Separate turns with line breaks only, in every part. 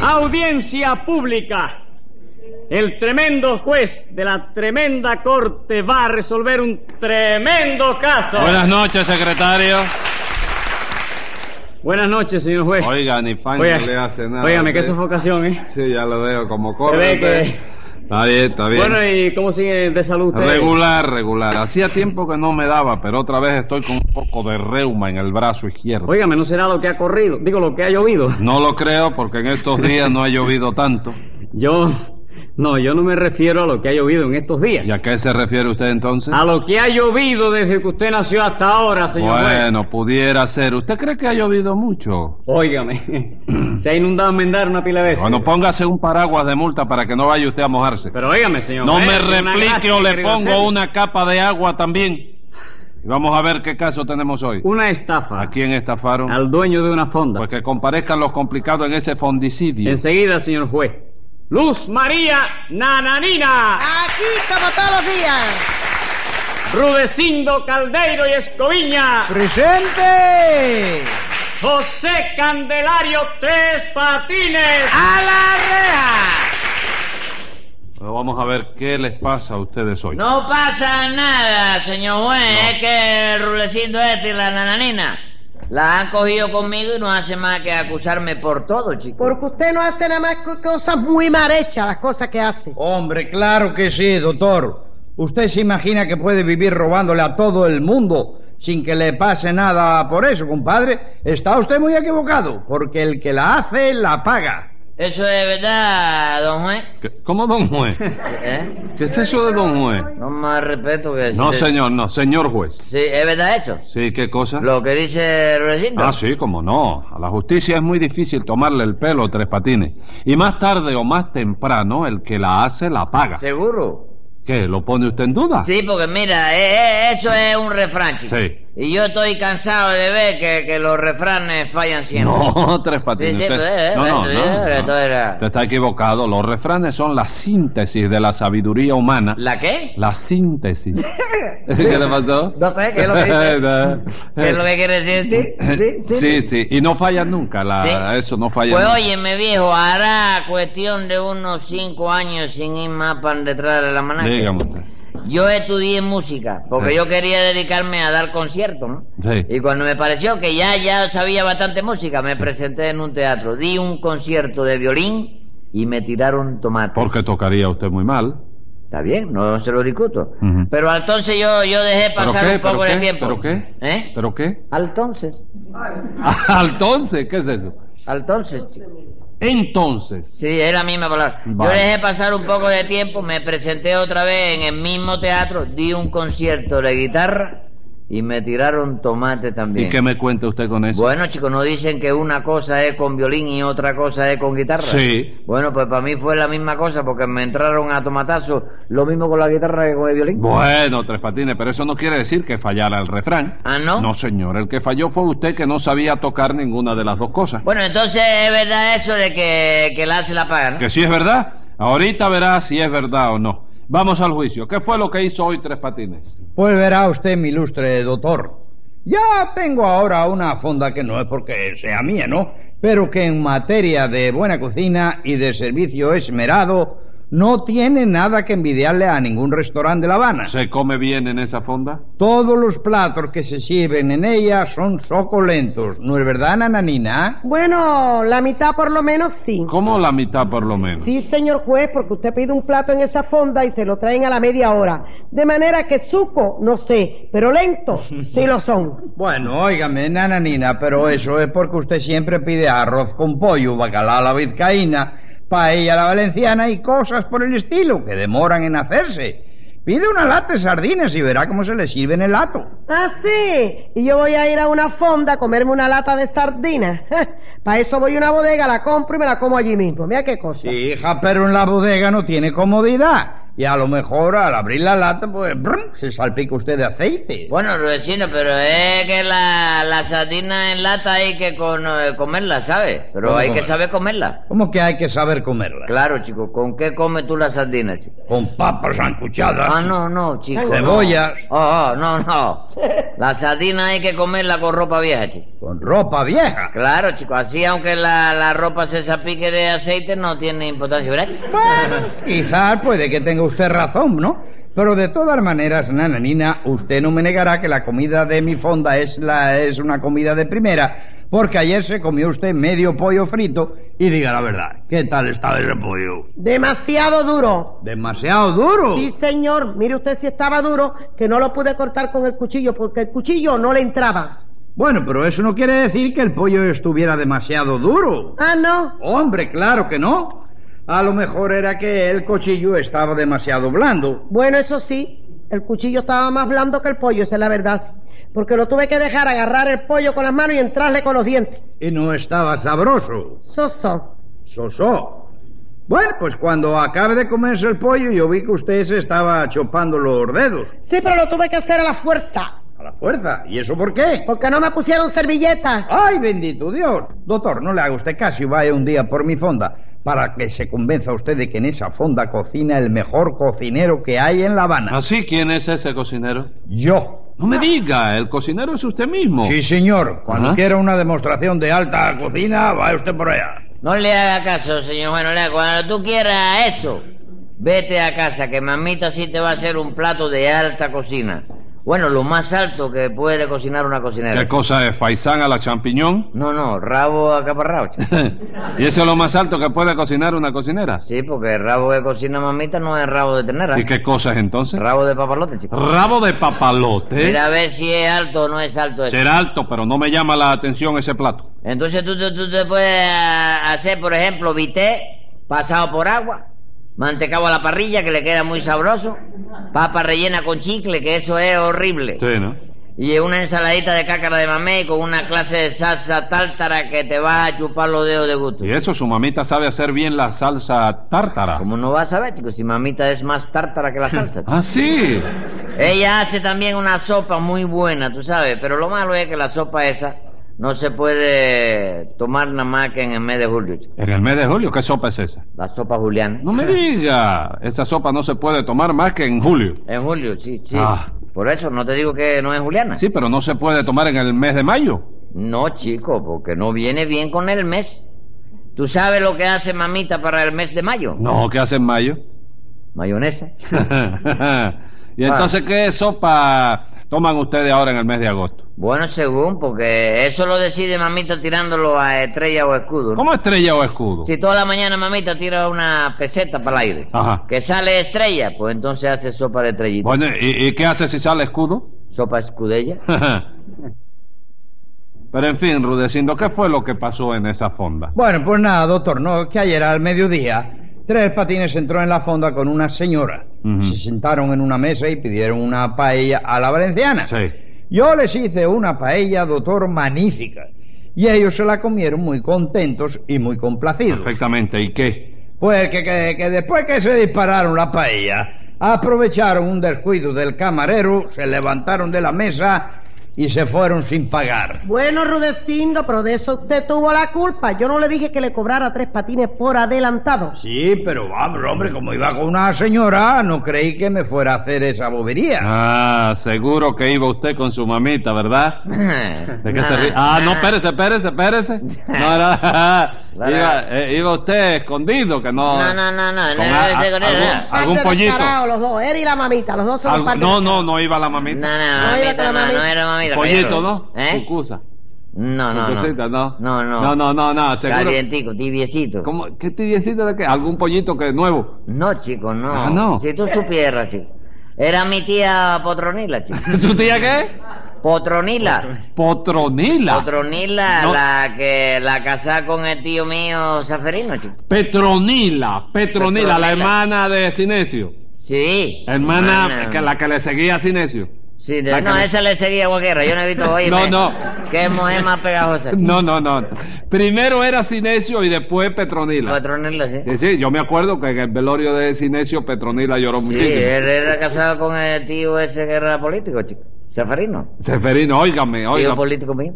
Audiencia pública. El tremendo juez de la tremenda corte va a resolver un tremendo caso.
Buenas noches, secretario.
Buenas noches, señor juez.
Oiga, ni fan
Oiga,
no le hace nada.
óigame, qué
Sí.
sofocación, ¿eh?
Sí, ya lo veo, como
Se
corre.
ve
usted.
que...
Está bien, está bien.
Bueno, ¿y cómo sigue de salud usted?
regular, regular. Hacía tiempo que no me daba, pero otra vez estoy con un poco de reuma en el brazo izquierdo.
Óigame, ¿no será lo que ha corrido? Digo, lo que ha llovido.
No lo creo porque en estos días no ha llovido tanto.
Yo... No, yo no me refiero a lo que ha llovido en estos días.
¿Y a qué se refiere usted entonces?
A lo que ha llovido desde que usted nació hasta ahora, Ah, señor juez.
bueno, pudiera ser. ¿Usted cree que ha llovido mucho?
Óigame, se ha inundado Mendar una pila de veces.
Bueno, póngase un paraguas de multa para que no vaya usted a mojarse.
Pero óigame, señor
No
juez,
me
una
replique
gracia,
o le
querido
pongo
hacerlo.
una capa de agua también. Y vamos a ver qué caso tenemos hoy.
Una estafa
¿A quién estafaron?
al dueño de una fonda.
Pues que comparezcan los complicados en ese fondicidio.
Enseguida, señor juez. Luz María Nananina,
Aquí como todos los días.
Rudecindo Caldeiro y Escoviña,
¡Presente!
José Candelario Tres Patines.
¡A la reja!
Bueno, vamos a ver qué les pasa a ustedes hoy.
No pasa nada, señor juez. Es que el rulecito este y la nananina la han cogido conmigo y no hace más que acusarme por todo, chico.
Porque usted no hace nada más que cosas muy marechas, las cosas que hace.
Hombre, claro que sí, doctor. Usted se imagina que puede vivir robándole a todo el mundo sin que le pase nada por eso, compadre. Está usted muy equivocado, porque el que la hace, la paga.
Eso es verdad, don juez.
¿Qué- ¿Cómo, don juez?
¿Eh?
¿Qué es eso de don juez?
No más respeto que...
Eh,
No,
sí.
señor, no, señor juez.
Sí, es verdad eso.
Sí, ¿qué cosa?
Lo que dice el rulecito.
Ah, sí, como no. A la justicia es muy difícil tomarle el pelo, Tres Patines. Y más tarde o más temprano, el que la hace, la paga.
¿Seguro?
¿Qué? ¿Lo pone usted en duda?
Sí, porque mira, eh, eh, eso es un refrán, chico.
Sí.
Y yo estoy cansado de ver que, que los refranes fallan siempre.
No, Tres Patines.
Sí, sí,
usted-
pues, eh,
no, no,
eh,
no,
eh,
no.
todo era-
Usted está equivocado. Los refranes son la síntesis de la sabiduría humana.
¿La qué?
La síntesis. ¿Qué le pasó?
No sé, ¿qué es lo que dice? ¿Qué es lo
dice?
que quiere decir? Sí,
Sí, sí, Y no falla nunca. La,
Sí.
Eso no falla
Pues
nunca.
óyeme, viejo, hará cuestión de unos cinco años sin ir más para detrás de la maná.
Dígame usted.
Yo estudié música, porque
Sí.
yo quería dedicarme a dar conciertos, ¿no?
Sí.
Y cuando me pareció que ya, ya sabía bastante música, me presenté en un teatro, di un concierto de violín y me tiraron tomates.
Porque tocaría usted muy mal.
Está bien, no se lo discuto.
Ujú.
Pero entonces yo, yo dejé
¿Pero
pasar
qué?
un poco
¿Pero qué?
de tiempo.
¿Pero qué?
¿Eh?
¿Pero qué?
Entonces,
Entonces, ¿qué es eso?
entonces, chico.
Entonces.
Sí, es la misma palabra.
Vale.
Yo dejé pasar un poco de tiempo, me presenté otra vez en el mismo teatro, di un concierto de guitarra y me tiraron tomate también.
¿Y qué me cuenta usted con eso?
Bueno, chicos, ¿no dicen que una cosa es con violín y otra cosa es con guitarra?
Sí.
Bueno, pues para mí fue la misma cosa porque me entraron a tomatazo lo mismo con la guitarra que con el violín.
Bueno, Tres Patines, pero eso no quiere decir que fallara el refrán.
Ah, ¿no?
No, señor, el que falló fue usted que no sabía tocar ninguna de las dos cosas.
Bueno, entonces es verdad eso de que, que la hace la paga, ¿no?
Que si es verdad, ahorita verá si es verdad o no. Vamos al juicio. ¿Qué fue lo que hizo hoy Tres Patines?
Pues verá usted, mi ilustre doctor. Ya tengo ahora una fonda que no es porque sea mía, ¿no? Pero que en materia de buena cocina y de servicio esmerado no tiene nada que envidiarle a ningún restaurante de La Habana.
¿Se come bien en esa fonda?
Todos los platos que se sirven en ella son socolentos, ¿no es verdad, Nananina?
Bueno, la mitad por lo menos sí.
Como la mitad por lo menos.
Sí, señor juez, porque usted pide un plato en esa fonda y se lo traen a la media hora. De manera que suco, no sé, pero lento sí lo son.
Bueno, óigame, Nananina, pero eso es porque usted siempre pide arroz con pollo, bacalao a la vizcaína, paella a la valenciana y cosas por el estilo que demoran en hacerse. Pide una lata de sardinas y verá cómo se le sirve en el lato.
Ah, sí, y yo voy a ir a una fonda a comerme una lata de sardina. Para eso voy a una bodega, la compro y me la como allí mismo. Mira qué cosa.
Sí, hija, pero en la bodega no tiene comodidad. y a lo mejor al abrir la lata, pues brum, se salpica usted de aceite.
Bueno, vecino, pero es que la, la sardina en lata hay que con- eh, comerla, ¿sabes? Pero
¿Cómo
hay que
comerla?
saber comerla.
¿Cómo que hay que saber comerla?
Claro, chico, ¿con qué comes tú la sardina, chico?
Con papas ancuchadas.
Ah, no, no, chico. no.
Cebollas.
Oh, oh, no, no. La sardina hay que comerla con ropa vieja, chico.
Con ropa vieja.
Claro, chico, así aunque la, la ropa se salpique de aceite no tiene importancia, ¿verdad? chico?
Bueno, quizás puede que tenga usted razón, ¿no? Pero de todas maneras, nananina, usted no me negará que la comida de mi fonda es, la, es una comida de primera, porque ayer se comió usted medio pollo frito y diga la verdad, ¿qué tal estaba ese pollo?
Demasiado duro.
Demasiado duro.
Sí, señor. Mire usted si estaba duro, que no lo pude cortar con el cuchillo porque el cuchillo no le entraba.
Bueno, pero eso no quiere decir que el pollo estuviera demasiado duro.
Ah, no.
Hombre, claro que no. A lo mejor era que el cuchillo estaba demasiado blando.
Bueno, eso sí, el cuchillo estaba más blando que el pollo, esa es la verdad. sí. Porque lo tuve que dejar agarrar el pollo con las manos y entrarle con los dientes.
y no estaba sabroso.
Soso.
Sosó. Bueno, pues cuando acabe de comerse el pollo, yo vi que usted se estaba chopando los dedos
Sí, pero lo tuve que hacer a la fuerza,
a la fuerza. ¿Y eso por qué?
porque no me pusieron servilleta.
¡Ay, bendito Dios! Doctor, no le haga usted caso y vaya un día por mi fonda para que se convenza usted de que en esa fonda cocina el mejor cocinero que hay en La Habana.
¿Así quién es ese cocinero?
Yo.
No me diga, el cocinero es usted mismo.
Sí, señor. Cuando
Ajá.
quiera una demostración de alta cocina, vaya usted por allá.
No le haga caso, señor Juan Orlando. Cuando tú quieras eso, vete a casa, que mamita sí te va a hacer un plato de alta cocina. Bueno, lo más alto que puede cocinar una cocinera.
¿Qué cosa es? ¿Faisán a la champiñón?
No, no, rabo acaparrado. chico.
¿Y eso es lo más alto que puede cocinar una cocinera?
Sí, porque el rabo que cocina mamita no es rabo de ternera.
¿Y qué cosa es entonces?
Rabo de papalote, chico.
Rabo de papalote.
Mira a ver si es alto o no es alto eso.
Será alto, pero no me llama la atención ese plato.
Entonces tú, tú- tú te puedes ah, hacer, por ejemplo, vité pasado por agua, mantecado a la parrilla, que le queda muy sabroso, papa rellena con chicle, que eso es horrible.
Sí, ¿no?
Y una ensaladita de cácara de mamey con una clase de salsa tártara que te va a chupar los dedos de gusto.
Y eso, su mamita sabe hacer bien la salsa tártara.
Como no vas a ver, chico, si mamita es más tártara que la salsa. chico.
Ah, sí.
Ella hace también una sopa muy buena, tú sabes, pero lo malo es que la sopa esa no se puede tomar nada más que en el mes de julio, chico.
En el mes de julio, ¿qué sopa es esa?
La sopa juliana.
No me diga. Esa sopa no se puede tomar más que en julio.
En julio, sí, sí.
Ah.
Por eso no te digo que no es Juliana.
Sí, pero no se puede tomar en el mes de mayo.
No, chico, porque no viene bien con el mes. ¿Tú sabes lo que hace mamita para el mes de mayo?
No, ¿qué hace en mayo?
Mayonesa.
y entonces, ¿qué sopa toman ustedes ahora en el mes de agosto?
Bueno, según, porque eso lo decide mamita tirándolo a estrella o escudo. ¿no?
¿Cómo estrella o escudo?
Si toda la mañana mamita tira una peseta para el aire,
Ajá.
que sale estrella, pues entonces hace sopa de estrellita.
Bueno, ¿y, y qué hace si sale escudo?
Sopa escudella.
Pero en fin, Rudecindo, ¿qué fue lo que pasó en esa fonda?
Bueno, pues nada, doctor, no, que ayer al mediodía Tres Patines entró en la fonda con una señora.
Ujú.
Se sentaron en una mesa y pidieron una paella a la valenciana.
Sí.
Yo les hice una paella, doctor, magnífica. Y ellos se la comieron muy contentos y muy complacidos.
Perfectamente, ¿y qué?
Pues que, que- que después que se dispararon la paella, aprovecharon un descuido del camarero, se levantaron de la mesa y se fueron sin pagar.
Bueno, Rudecindo, pero de eso usted tuvo la culpa. Yo no le dije que le cobrara tres patines por adelantado.
Sí, pero vamos, hombre, como iba con una señora, no creí que me fuera a hacer esa bobería.
Ah, seguro que iba usted con su mamita, ¿verdad? ¿De qué se ríe? Ah, no, espérese, espérese, espérese. No, era... iba, eh, iba usted escondido, que no...
No, no, no, no, no,
con
no,
a-
no, no, no,
algún-
no.
algún
Parte
pollito.
descarado, los dos, él y la mamita, los dos son
Algo-
parte
Ah, no,
descarados.
no, no iba la mamita.
No, no,
No era
mamita,
con la
no, no
mamita.
era mamita.
Pollito,
caballero.
¿no?
¿Eh?
Cucusa.
No, no,
Cucucita,
no.
no.
No, no.
No, no, no, no, seguro.
Calientico, tibiecito.
¿Cómo? ¿Qué tibiecito de qué? ¿Algún pollito que es nuevo?
No, chico, no.
Ah, no.
Si tú supieras, chico. Era mi tía Potronila, chico.
¿Su tía qué?
Potronila.
Potronila.
Potronila,
No.
la que la casá con el tío mío Zaferino, chico.
Petronila, Petronila,
Petronila.
la hermana de Sinesio.
Sí.
Hermana, que la que le seguía a Sinesio.
Sí, de-
La
no,
cana-
esa le seguía a cualquiera. Yo no he visto hoy.
No,
me-
no.
Qué mujer más pegajosa.
No, no, no. Primero era Sinesio y después Petronila.
Patronela, sí.
Sí, sí, yo me acuerdo que en el velorio de Sinesio Petronila lloró
Sí,
muchísimo.
él era casado con el tío ese que era político, chico. Seferino.
Seferino, óigame,
Tío
óigame.
político mío.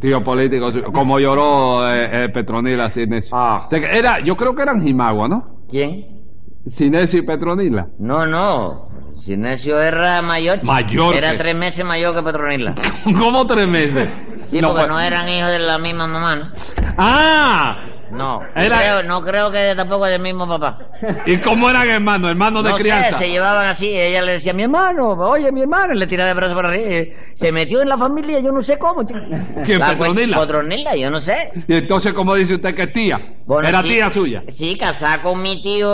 Tío político, como lloró eh, eh, Petronila Sinesio.
Ah.
O sea, que era, yo creo que eran Jimagua, ¿no?
¿Quién?
Sinesio y Petronila.
No, no. Sinesio era mayor. chico.
Mayor
Era
que-
tres meses mayor que Petronila.
¿Cómo tres meses?
Sí,
No,
porque
pues-
no eran hijos de la misma mamá, ¿no?
¡Ah!
No,
Era-
creo- no creo que tampoco del mismo papá.
¿Y cómo eran hermanos? Hermanos de
no sé,
crianza.
se llevaban así. Ella le decía, mi hermano, oye, mi hermano. y le tiraba de brazo para arriba. y Se metió en la familia, yo no sé cómo. chico.
¿Quién,
La cu-
Petronila?
Petronila, yo no sé.
Y entonces, ¿cómo dice usted que es tía?
Bueno,
era
sí,
tía suya.
Sí, casada con mi tío.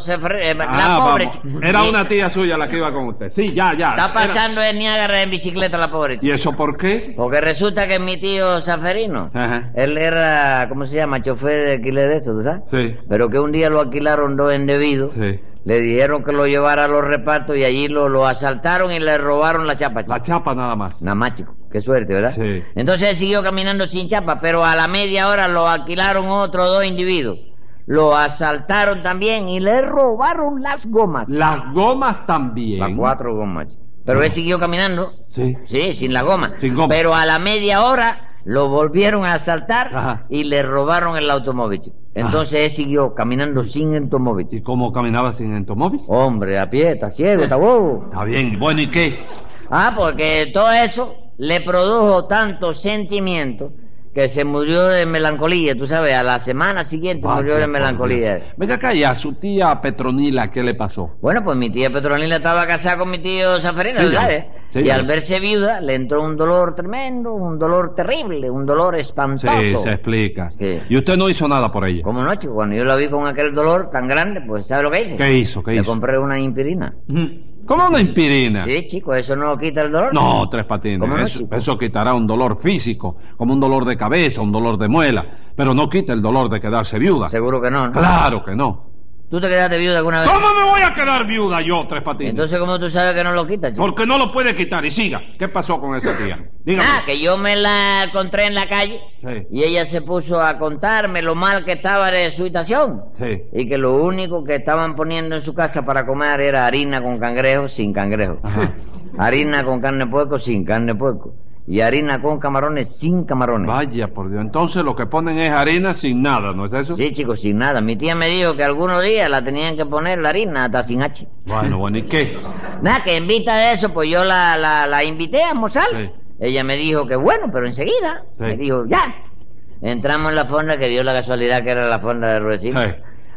Sefre- eh, la
Ah,
pobre.
vamos.
chico.
Era
Y
una tía suya la que iba con usted. Sí, ya, ya.
Está
Era-
pasando en Niágara en bicicleta la pobre. chico.
¿Y Ah. eso por qué?
Porque resulta que mi tío Saferino,
Ajá.
él era, ¿cómo se llama? Chofer de alquiler de eso, ¿tú sabes?
Sí,
Pero que un día lo alquilaron dos endebidos.
sí.
Le dijeron que lo llevara a los repartos y allí lo, lo asaltaron y le robaron la chapa.
La
chico.
chapa nada más.
Nada más, chico. Qué suerte, ¿verdad?
Sí.
Entonces él siguió caminando sin chapa, pero a la media hora lo alquilaron otros dos individuos. Lo asaltaron también y le robaron las gomas.
Las gomas también.
Las cuatro gomas. chico. Pero él siguió caminando,
Sí.
sí, sin la goma.
Mm. Sin goma.
Pero a la media hora lo volvieron a asaltar
Ajá.
y le robaron el automóvil. chico. Entonces él siguió caminando sin automóvil.
¿Y
chico.
cómo caminaba sin automóvil?
Hombre, a pie, está ciego, está bobo.
Está bien. Bueno, ¿y qué?
Ah, porque todo eso le produjo tanto sentimiento que se murió de melancolía, tú sabes, a la semana siguiente murió de
Vaya, por
melancolía.
Dios. Venga acá, y a su tía Petronila, ¿qué le pasó?
Bueno, pues mi tía Petronila estaba casada con mi tío Zafarina,
Sí,
¿verdad?
ya.
eh?
Sí,
y
ya.
al verse viuda le entró un dolor tremendo, un dolor terrible, un dolor
Sí,
espantoso.
se explica.
Sí.
Y usted no hizo nada por ella.
Como no, chico, cuando yo la vi con aquel dolor tan grande, pues ¿sabe lo que hice?
¿Qué hizo? ¿Qué
le
hizo?
compré una impirina.
Mm. ¿Cómo una impirina?
Sí, chico, eso no quita el dolor.
No, tres patines.
¿Cómo no,
eso,
chico?
eso quitará un dolor físico, como un dolor de cabeza, un dolor de muela. Pero no quita el dolor de quedarse viuda.
Seguro que no. ¿no?
Claro que no.
¿Tú te quedaste viuda alguna vez?
¿Cómo me voy a quedar viuda yo, tres patines?
Entonces, ¿cómo tú sabes que no lo quitas, chico?
Porque no lo puede quitar. Y siga. ¿Qué pasó con esa tía? Dígame.
Ah, que yo me la encontré en la calle
Sí.
y ella se puso a contarme lo mal que estaba de su habitación
Sí.
y que lo único que estaban poniendo en su casa para comer era harina con cangrejo sin cangrejo,
Ajá.
harina con carne de puerco sin carne de puerco y harina con camarones sin camarones.
Vaya, por Dios. Entonces lo que ponen es harina sin nada, ¿no es eso?
Sí, chicos, sin nada. Mi tía me dijo que algunos días la tenían que poner la harina hasta sin H.
Bueno, bueno, ¿y qué?
Nada, que en vista de eso, pues yo la, la, la invité a almorzar.
Sí.
Ella me dijo que bueno, pero enseguida.
Sí.
Me dijo, ya. Entramos en la fonda que dio la casualidad que era la fonda de Ruedecindo.
Sí.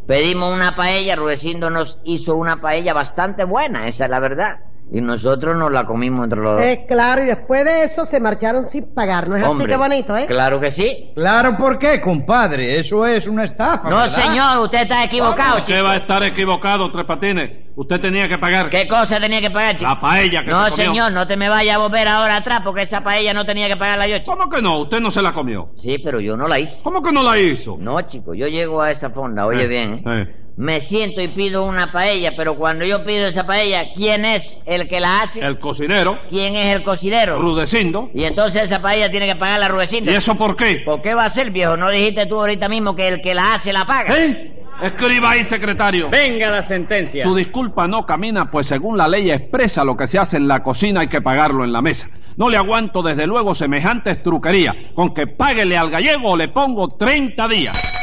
Pedimos una paella, Ruedecindo nos hizo una paella bastante buena, esa es la verdad. Y nosotros nos la comimos entre los dos.
Es claro, y después de eso se marcharon sin pagar. ¿No es
Hombre,
Eh, así de bonito, eh?
Claro que sí.
Claro, ¿por qué, compadre? Eso es una estafa.
No,
¿verdad?
señor, usted está equivocado,
¿Qué
chico.
va a estar equivocado, Tres Patines? Usted tenía que pagar
¿Qué cosa tenía que pagar, chico?
la paella que
no,
se comió.
señor, no te me vaya a volver ahora atrás porque esa paella no tenía que pagarla yo, chico.
¿Cómo que no? Usted no se la comió.
Sí, pero yo no la hice.
¿Cómo que no la hizo?
No, chico, yo llego a esa fonda, oye
Eh,
bien. ¿eh?
eh.
Me siento y pido una paella, pero cuando yo pido esa paella, ¿quién es el que la hace?
Eh, El cocinero,
¿Quién es el cocinero?
Rudecindo.
Y entonces esa paella tiene que pagar la ruedecita.
¿Y eso por qué?
¿Por qué va a ser, viejo? ¿No dijiste tú ahorita mismo que el que la hace la paga?
¿Eh? Escriba ahí, secretario.
Venga la sentencia.
Su disculpa no camina, pues según la ley expresa lo que se hace en la cocina hay que pagarlo en la mesa. No le aguanto desde luego semejantes truquerías. Con que páguele al gallego le pongo 30 días.